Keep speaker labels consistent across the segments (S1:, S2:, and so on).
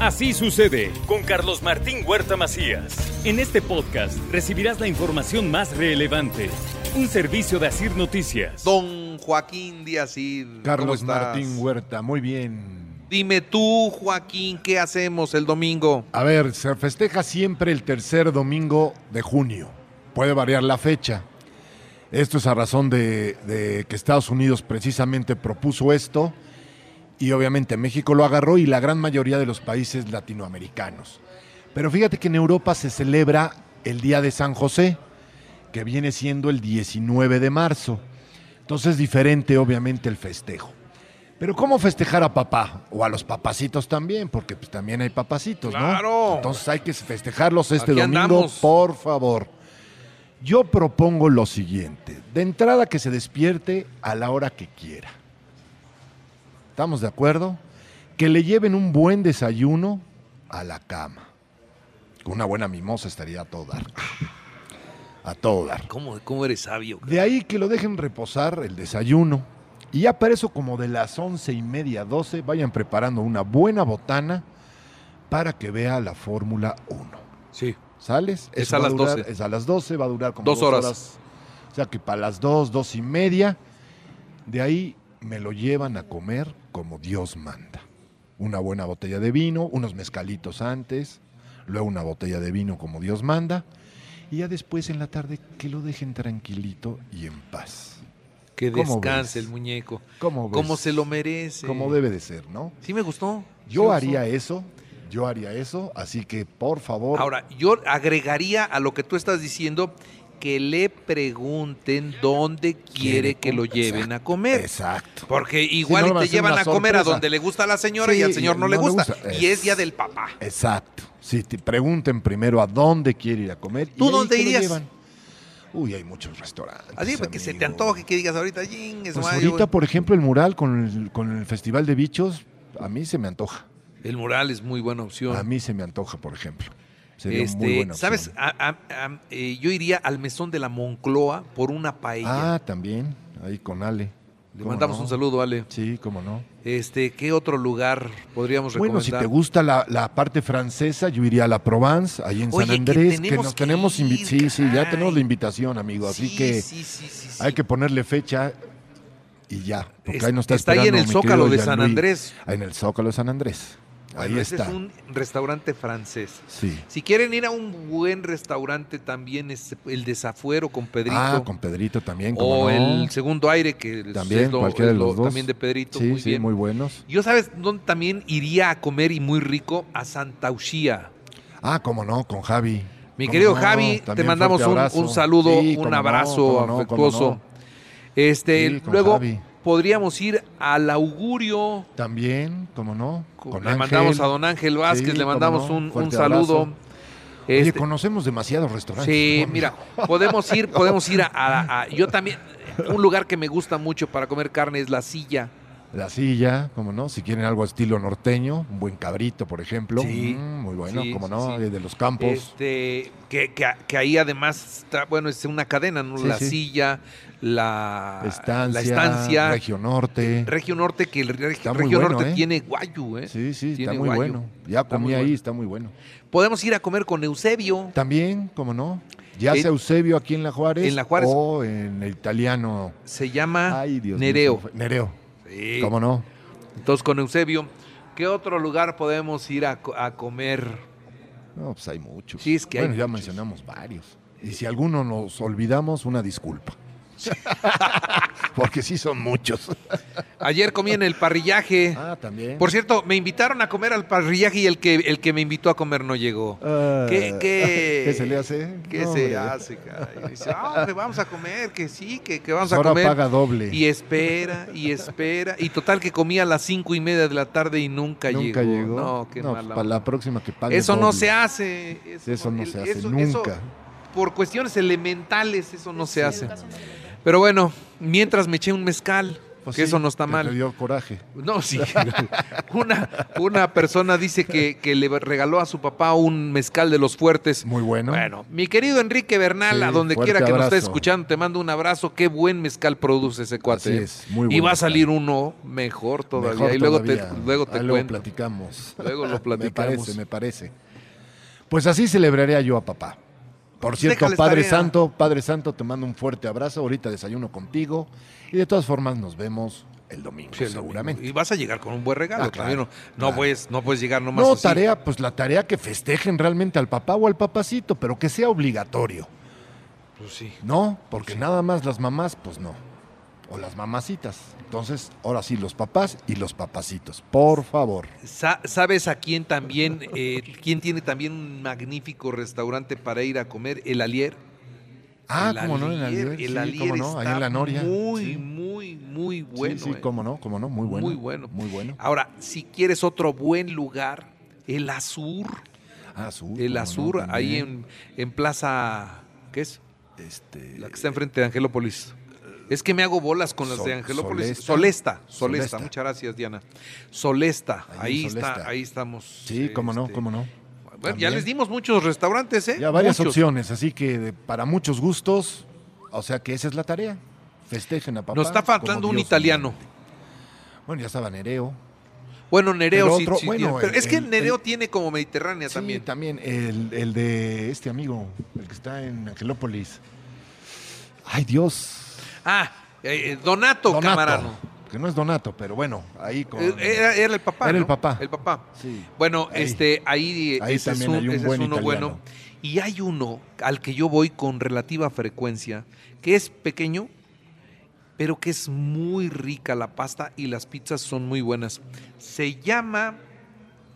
S1: Así sucede con Carlos Martín Huerta Macías. En este podcast recibirás la información más relevante. Un servicio de Asir Noticias.
S2: Don Joaquín Díaz Id, ¿cómo
S3: Carlos
S2: estás?
S3: Martín Huerta, muy bien.
S2: Dime tú, Joaquín, ¿qué hacemos el domingo?
S3: A ver, se festeja siempre el tercer domingo de junio. Puede variar la fecha. Esto es a razón de, de que Estados Unidos precisamente propuso esto y obviamente México lo agarró y la gran mayoría de los países latinoamericanos. Pero fíjate que en Europa se celebra el Día de San José, que viene siendo el 19 de marzo. Entonces es diferente obviamente el festejo. Pero ¿cómo festejar a papá? O a los papacitos también, porque pues, también hay papacitos, ¿no?
S2: Claro.
S3: Entonces hay que festejarlos este
S2: Aquí
S3: domingo,
S2: andamos.
S3: por favor. Yo propongo lo siguiente. De entrada que se despierte a la hora que quiera. ¿Estamos de acuerdo? Que le lleven un buen desayuno a la cama. Con una buena mimosa estaría a todo dar. A todo dar.
S2: ¿Cómo, cómo eres sabio?
S3: De ahí que lo dejen reposar el desayuno. Y ya para eso, como de las once y media, doce, vayan preparando una buena botana para que vea la Fórmula 1.
S2: Sí.
S3: ¿Sales?
S2: Es
S3: Eso
S2: a
S3: va
S2: las
S3: durar-
S2: 12.
S3: Es a las 12, va a durar como
S2: Dos
S3: dos,
S2: horas.
S3: horas. O sea que para las dos, dos y media, de ahí me lo llevan a comer como Dios manda. Una buena botella de vino, unos mezcalitos antes, luego una botella de vino como Dios manda, y ya después en la tarde que lo dejen tranquilito y en paz.
S2: Que
S3: ¿Cómo
S2: descanse
S3: ves?
S2: el muñeco.
S3: ¿Cómo ves?
S2: Como se lo merece.
S3: Como debe de ser, ¿no?
S2: Sí me gustó.
S3: Yo
S2: Sí me
S3: haría
S2: gustó.
S3: eso, yo haría eso, así que por favor,
S2: Ahora, yo agregaría a lo que tú estás diciendo que le pregunten dónde quiere que lo lleven a comer.
S3: exacto.
S2: Porque igual
S3: no, va a
S2: te
S3: ser
S2: llevan
S3: una
S2: a comer a
S3: sorpresa.
S2: donde le gusta a la señora y
S3: Sí,
S2: al señor no, le
S3: no le
S2: gusta.
S3: gusta.
S2: Y
S3: Es-
S2: es día del papá.
S3: Exacto. Si te pregunten primero a dónde quiere ir a comer.
S2: ¿Tú
S3: ahí
S2: dónde
S3: que lo
S2: irías?
S3: Uy, hay muchos restaurantes.
S2: Así para que se te
S3: Pues, amigo.
S2: antoje, que digas ahorita, "Ying, es
S3: Pues
S2: mayo".
S3: ahorita, por ejemplo, el mural con el, con el Festival de Bichos, a mí se me antoja.
S2: El mural es muy buena opción.
S3: A mí se me antoja, por ejemplo. Sería
S2: Este,
S3: muy buena opción.
S2: ¿Sabes? A- a- a- eh, yo iría al mesón de la Moncloa por una paella.
S3: Ah, también. Ahí con Ale.
S2: Le
S3: ¿Cómo
S2: mandamos
S3: no?
S2: un saludo, Ale.
S3: Sí, cómo no.
S2: Este, ¿Qué otro lugar podríamos
S3: Bueno, si
S2: recomendar?
S3: te gusta la, la parte francesa, yo iría a la Provence, ahí en
S2: Oye,
S3: San
S2: que
S3: Andrés, que,
S2: tenemos
S3: nos
S2: que
S3: tenemos
S2: ir,
S3: invi- Sí, sí, ya tenemos
S2: caray.
S3: la invitación, amigo. Así
S2: Sí,
S3: que
S2: sí, sí, sí, sí.
S3: Hay que ponerle fecha y ya. Porque
S2: Es-
S3: ahí nos está,
S2: está ahí en
S3: esperando
S2: el
S3: mi
S2: Zócalo
S3: querido
S2: de San
S3: Jean-Louis.
S2: Andrés.
S3: En el Zócalo de San Andrés. Ahí
S2: Bueno,
S3: está.
S2: Ese es un restaurante francés.
S3: Sí.
S2: Si quieren ir a un buen restaurante también es el Desafuero con Pedrito.
S3: Ah, con Pedrito también.
S2: o
S3: cómo no.
S2: el Segundo Aire, que es
S3: También,
S2: lo-
S3: cualquiera de
S2: lo-
S3: los dos.
S2: también de Pedrito.
S3: Sí,
S2: muy
S3: sí,
S2: bien.
S3: muy buenos.
S2: Yo sabes dónde también iría a comer y muy rico a Santa Uxía.
S3: Ah, cómo no, con Javi.
S2: Mi
S3: Cómo
S2: querido
S3: no,
S2: Javi, te
S3: también
S2: mandamos
S3: fuerte
S2: un,
S3: abrazo.
S2: un saludo,
S3: Sí, cómo
S2: un
S3: no,
S2: abrazo
S3: cómo no, cómo
S2: afectuoso.
S3: no.
S2: Este,
S3: Sí, con
S2: luego
S3: Javi.
S2: podríamos ir al augurio.
S3: También, cómo no. Con
S2: le
S3: Ángel.
S2: mandamos a don Ángel Vázquez,
S3: Sí,
S2: le mandamos
S3: cómo no,
S2: un, un
S3: fuerte
S2: saludo.
S3: abrazo. Oye,
S2: Este,
S3: conocemos demasiados restaurantes.
S2: sí,
S3: ¿no,
S2: mira,
S3: amigo?
S2: podemos ir, podemos ir a, a- a- yo también, un lugar que me gusta mucho para comer carne es la silla.
S3: La silla, como no, si quieren algo estilo norteño, un buen cabrito, por ejemplo.
S2: Sí.
S3: Mm, muy bueno,
S2: Sí,
S3: como
S2: sí,
S3: no, eh,
S2: sí.
S3: de los campos.
S2: Este, que, que- que ahí además está, bueno, es una cadena, ¿no?
S3: Sí,
S2: la
S3: sí.
S2: silla, la
S3: Estancia,
S2: la estancia
S3: Regio Norte.
S2: Regio Norte, que el Reg-
S3: Está muy
S2: Regio
S3: bueno,
S2: Norte
S3: ¿eh?
S2: tiene guayu, ¿eh?
S3: sí, sí, está
S2: tiene
S3: muy
S2: guayo.
S3: bueno. Ya
S2: Está
S3: comí
S2: muy
S3: ahí,
S2: bueno.
S3: está muy bueno.
S2: Podemos ir a comer con Eusebio.
S3: También, como no, ya
S2: En-
S3: sea Eusebio aquí en La Juárez.
S2: en La Juárez.
S3: O en el italiano.
S2: Se llama
S3: Ay, Dios mío,
S2: Nereo.
S3: se me fue. Nereo,
S2: Sí.
S3: como no.
S2: Entonces, con Eusebio, ¿qué otro lugar podemos ir a, co- a comer?
S3: No, pues hay muchos.
S2: Sí, es que hay
S3: bueno, ya
S2: muchos.
S3: mencionamos varios. Y si alguno nos olvidamos, una disculpa. Porque sí son muchos.
S2: Ayer comí en el parrillaje.
S3: Ah, también.
S2: Por cierto, me invitaron a comer al parrillaje y el que, el que me invitó a comer no llegó.
S3: Ah,
S2: ¿Qué, qué,
S3: ¿Qué se le hace?
S2: ¿Qué
S3: No,
S2: se
S3: hombre.
S2: hace, caray? Dice, ah, que vamos a comer, que sí, que, que vamos
S3: Pues ahora
S2: a comer.
S3: paga doble.
S2: Y espera, y espera. Y total que comía a las cinco y media de la tarde y nunca,
S3: Nunca llegó.
S2: No, qué
S3: pues,
S2: mala
S3: Para la
S2: onda.
S3: próxima que pague.
S2: Eso no
S3: doble.
S2: se hace.
S3: Eso no
S2: el-
S3: se hace
S2: eso- eso-
S3: nunca.
S2: por cuestiones elementales, eso no se hace. Pero bueno, mientras me eché un mezcal.
S3: Pues
S2: que eso no está
S3: que
S2: mal.
S3: Te dio coraje.
S2: No, sí. una, una persona dice que, que le regaló a su papá un mezcal de los fuertes.
S3: Muy bueno.
S2: Bueno, mi querido Enrique Bernal,
S3: Sí,
S2: a donde quiera
S3: fuerte
S2: que nos esté
S3: abrazo.
S2: escuchando, te mando un abrazo. Qué buen mezcal produce ese cuate.
S3: Así
S2: ¿eh?
S3: es,
S2: y
S3: muy buen
S2: va a
S3: mezcal.
S2: salir uno mejor todavía.
S3: Mejor
S2: y luego
S3: todavía.
S2: te, luego te
S3: Ahí
S2: cuento.
S3: platicamos.
S2: Luego lo
S3: me
S2: platicamos.
S3: parece, me parece. Pues así celebraría yo a papá. Por cierto,
S2: Déjales
S3: Padre
S2: tarea.
S3: Santo, Padre Santo, te mando un fuerte abrazo. Ahorita desayuno contigo. Y de todas formas, nos vemos el domingo,
S2: Sí, el domingo.
S3: pues, seguramente.
S2: Y vas a llegar con un buen regalo.
S3: Ah, claro,
S2: también no, no
S3: claro.
S2: puedes, no puedes llegar nomás
S3: No,
S2: así.
S3: tarea, pues la tarea que festejen realmente al papá o al papacito, pero que sea obligatorio,
S2: Pues sí.
S3: ¿no? Porque nada más las mamás, pues no. O las mamacitas. Entonces, ahora sí, los papás y los papacitos, por favor.
S2: Sa- ¿Sabes a quién también, eh, quién tiene también un magnífico restaurante para ir a comer? El Alier.
S3: Ah,
S2: El
S3: cómo no, en la
S2: Alier,
S3: Alier,
S2: el
S3: sí,
S2: Alier
S3: cómo no, ahí en
S2: está
S3: la Noria.
S2: Muy,
S3: sí.
S2: muy, muy bueno.
S3: Sí, sí,
S2: eh.
S3: cómo no, cómo no, muy bueno.
S2: Muy bueno. Ah,
S3: Muy bueno.
S2: Ahora, si quieres otro buen lugar, el Azur.
S3: Ah, Azur.
S2: El
S3: cómo no,
S2: Azur, ahí
S3: también.
S2: en, en Plaza. ¿Qué es?
S3: Este, eh,
S2: La que está enfrente de Angelópolis. Es que me hago bolas con las
S3: Sol-
S2: de Angelópolis.
S3: Solesta.
S2: Solesta, Solesta,
S3: Solesta.
S2: muchas gracias, Diana. Solesta,
S3: Ahí en
S2: ahí,
S3: Solesta.
S2: está, ahí estamos.
S3: Sí, cómo no,
S2: este,
S3: cómo no.
S2: Bueno, ya
S3: También.
S2: les dimos muchos restaurantes, ¿eh?
S3: Ya varias
S2: Muchos.
S3: opciones, así que de- para muchos gustos, o sea que esa es la tarea. Festejen a papá.
S2: Nos está
S3: como
S2: faltando un
S3: Dios
S2: italiano.
S3: manda. Bueno, ya estaba Nereo.
S2: Bueno, Nereo
S3: Pero
S2: sí,
S3: otro-
S2: sí
S3: bueno,
S2: tiene, pero
S3: el-
S2: es que
S3: el-
S2: Nereo
S3: el-
S2: tiene como Mediterránea
S3: Sí,
S2: también.
S3: también. el, el de este amigo, el que está en Angelópolis. Ay, Dios.
S2: Ah, eh, eh, Donato, Camarano.
S3: Que no es Donato, pero bueno, ahí con.
S2: Eh, Era, era el papá.
S3: Era el
S2: ¿no?
S3: papá.
S2: El papá.
S3: Sí.
S2: Bueno,
S3: Ahí.
S2: este, ahí, eh,
S3: Ahí
S2: ese es,
S3: también
S2: un-
S3: hay un
S2: ese es
S3: buen
S2: uno bueno.
S3: italiano.
S2: Y hay uno al que yo voy con relativa frecuencia, que es pequeño, pero que es muy rica la pasta y las pizzas son muy buenas. Se llama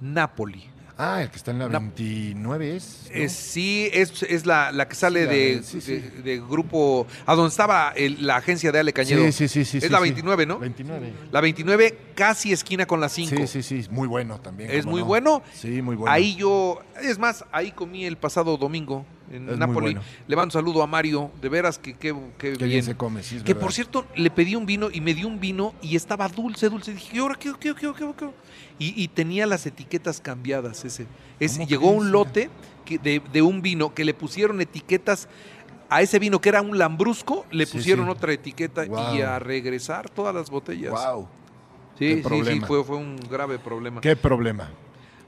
S2: Napoli.
S3: Ah, el que está en la
S2: No.
S3: 29 es. ¿no?
S2: Es- sí, es, es la, la que sale
S3: Sí, la
S2: de,
S3: de- sí, sí.
S2: de- de grupo, a donde estaba el- la agencia de Ale Cañedo.
S3: Sí, sí, sí, sí.
S2: Es
S3: sí,
S2: la
S3: sí.
S2: 29, ¿no?
S3: 29.
S2: La 29, casi esquina con la 5.
S3: Sí, sí, sí. Muy bueno también.
S2: Es
S3: cómo
S2: muy
S3: no.
S2: bueno.
S3: Sí, muy bueno.
S2: Ahí yo, es más, ahí comí el pasado domingo en
S3: Es muy
S2: Nápoli.
S3: bueno.
S2: Le mando un saludo a Mario, de veras que qué, qué
S3: Qué
S2: bien.
S3: bien se come, sí. es
S2: que
S3: verdad.
S2: por cierto, le pedí un vino y me dio un vino y estaba dulce, dulce. Dije, ¿y ahora qué, qué, qué, qué, qué? Y, y tenía las etiquetas cambiadas. Ese, Ese-
S3: ¿Cómo
S2: llegó
S3: crees?
S2: un lote que- de, de un vino que le pusieron etiquetas a ese vino que era un lambrusco, le
S3: Sí,
S2: pusieron
S3: sí.
S2: otra etiqueta y
S3: Guau.
S2: a regresar todas las botellas.
S3: Wow. qué
S2: Sí, sí, sí,
S3: problema.
S2: fue, fue un grave problema.
S3: Qué problema.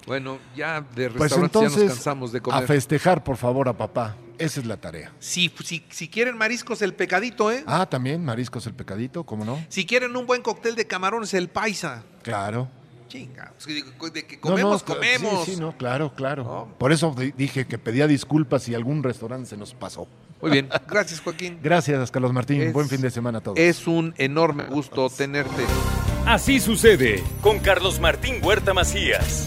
S2: Bueno, ya de
S3: Pues
S2: restaurantes ya
S3: entonces,
S2: nos cansamos de
S3: a
S2: comer.
S3: festejar, por favor, a papá. Esa es la tarea.
S2: Si, si, si quieren mariscos, el pecadito, ¿eh?
S3: Ah, también, mariscos el pecadito, ¿cómo no?
S2: Si quieren un buen cóctel de camarones, el paisa.
S3: Claro.
S2: Chinga. pues, De, de que
S3: No, no,
S2: comemos,
S3: cl-
S2: comemos.
S3: Sí, sí, no, claro, claro.
S2: No.
S3: Por eso di- dije que pedía disculpas si algún restaurante se nos pasó.
S2: Muy bien. Gracias, Joaquín.
S3: Gracias, Carlos Martín.
S2: Es-
S3: Buen fin de semana a todos.
S2: Es un enorme gusto tenerte.
S1: Así sucede con Carlos Martín Huerta Macías.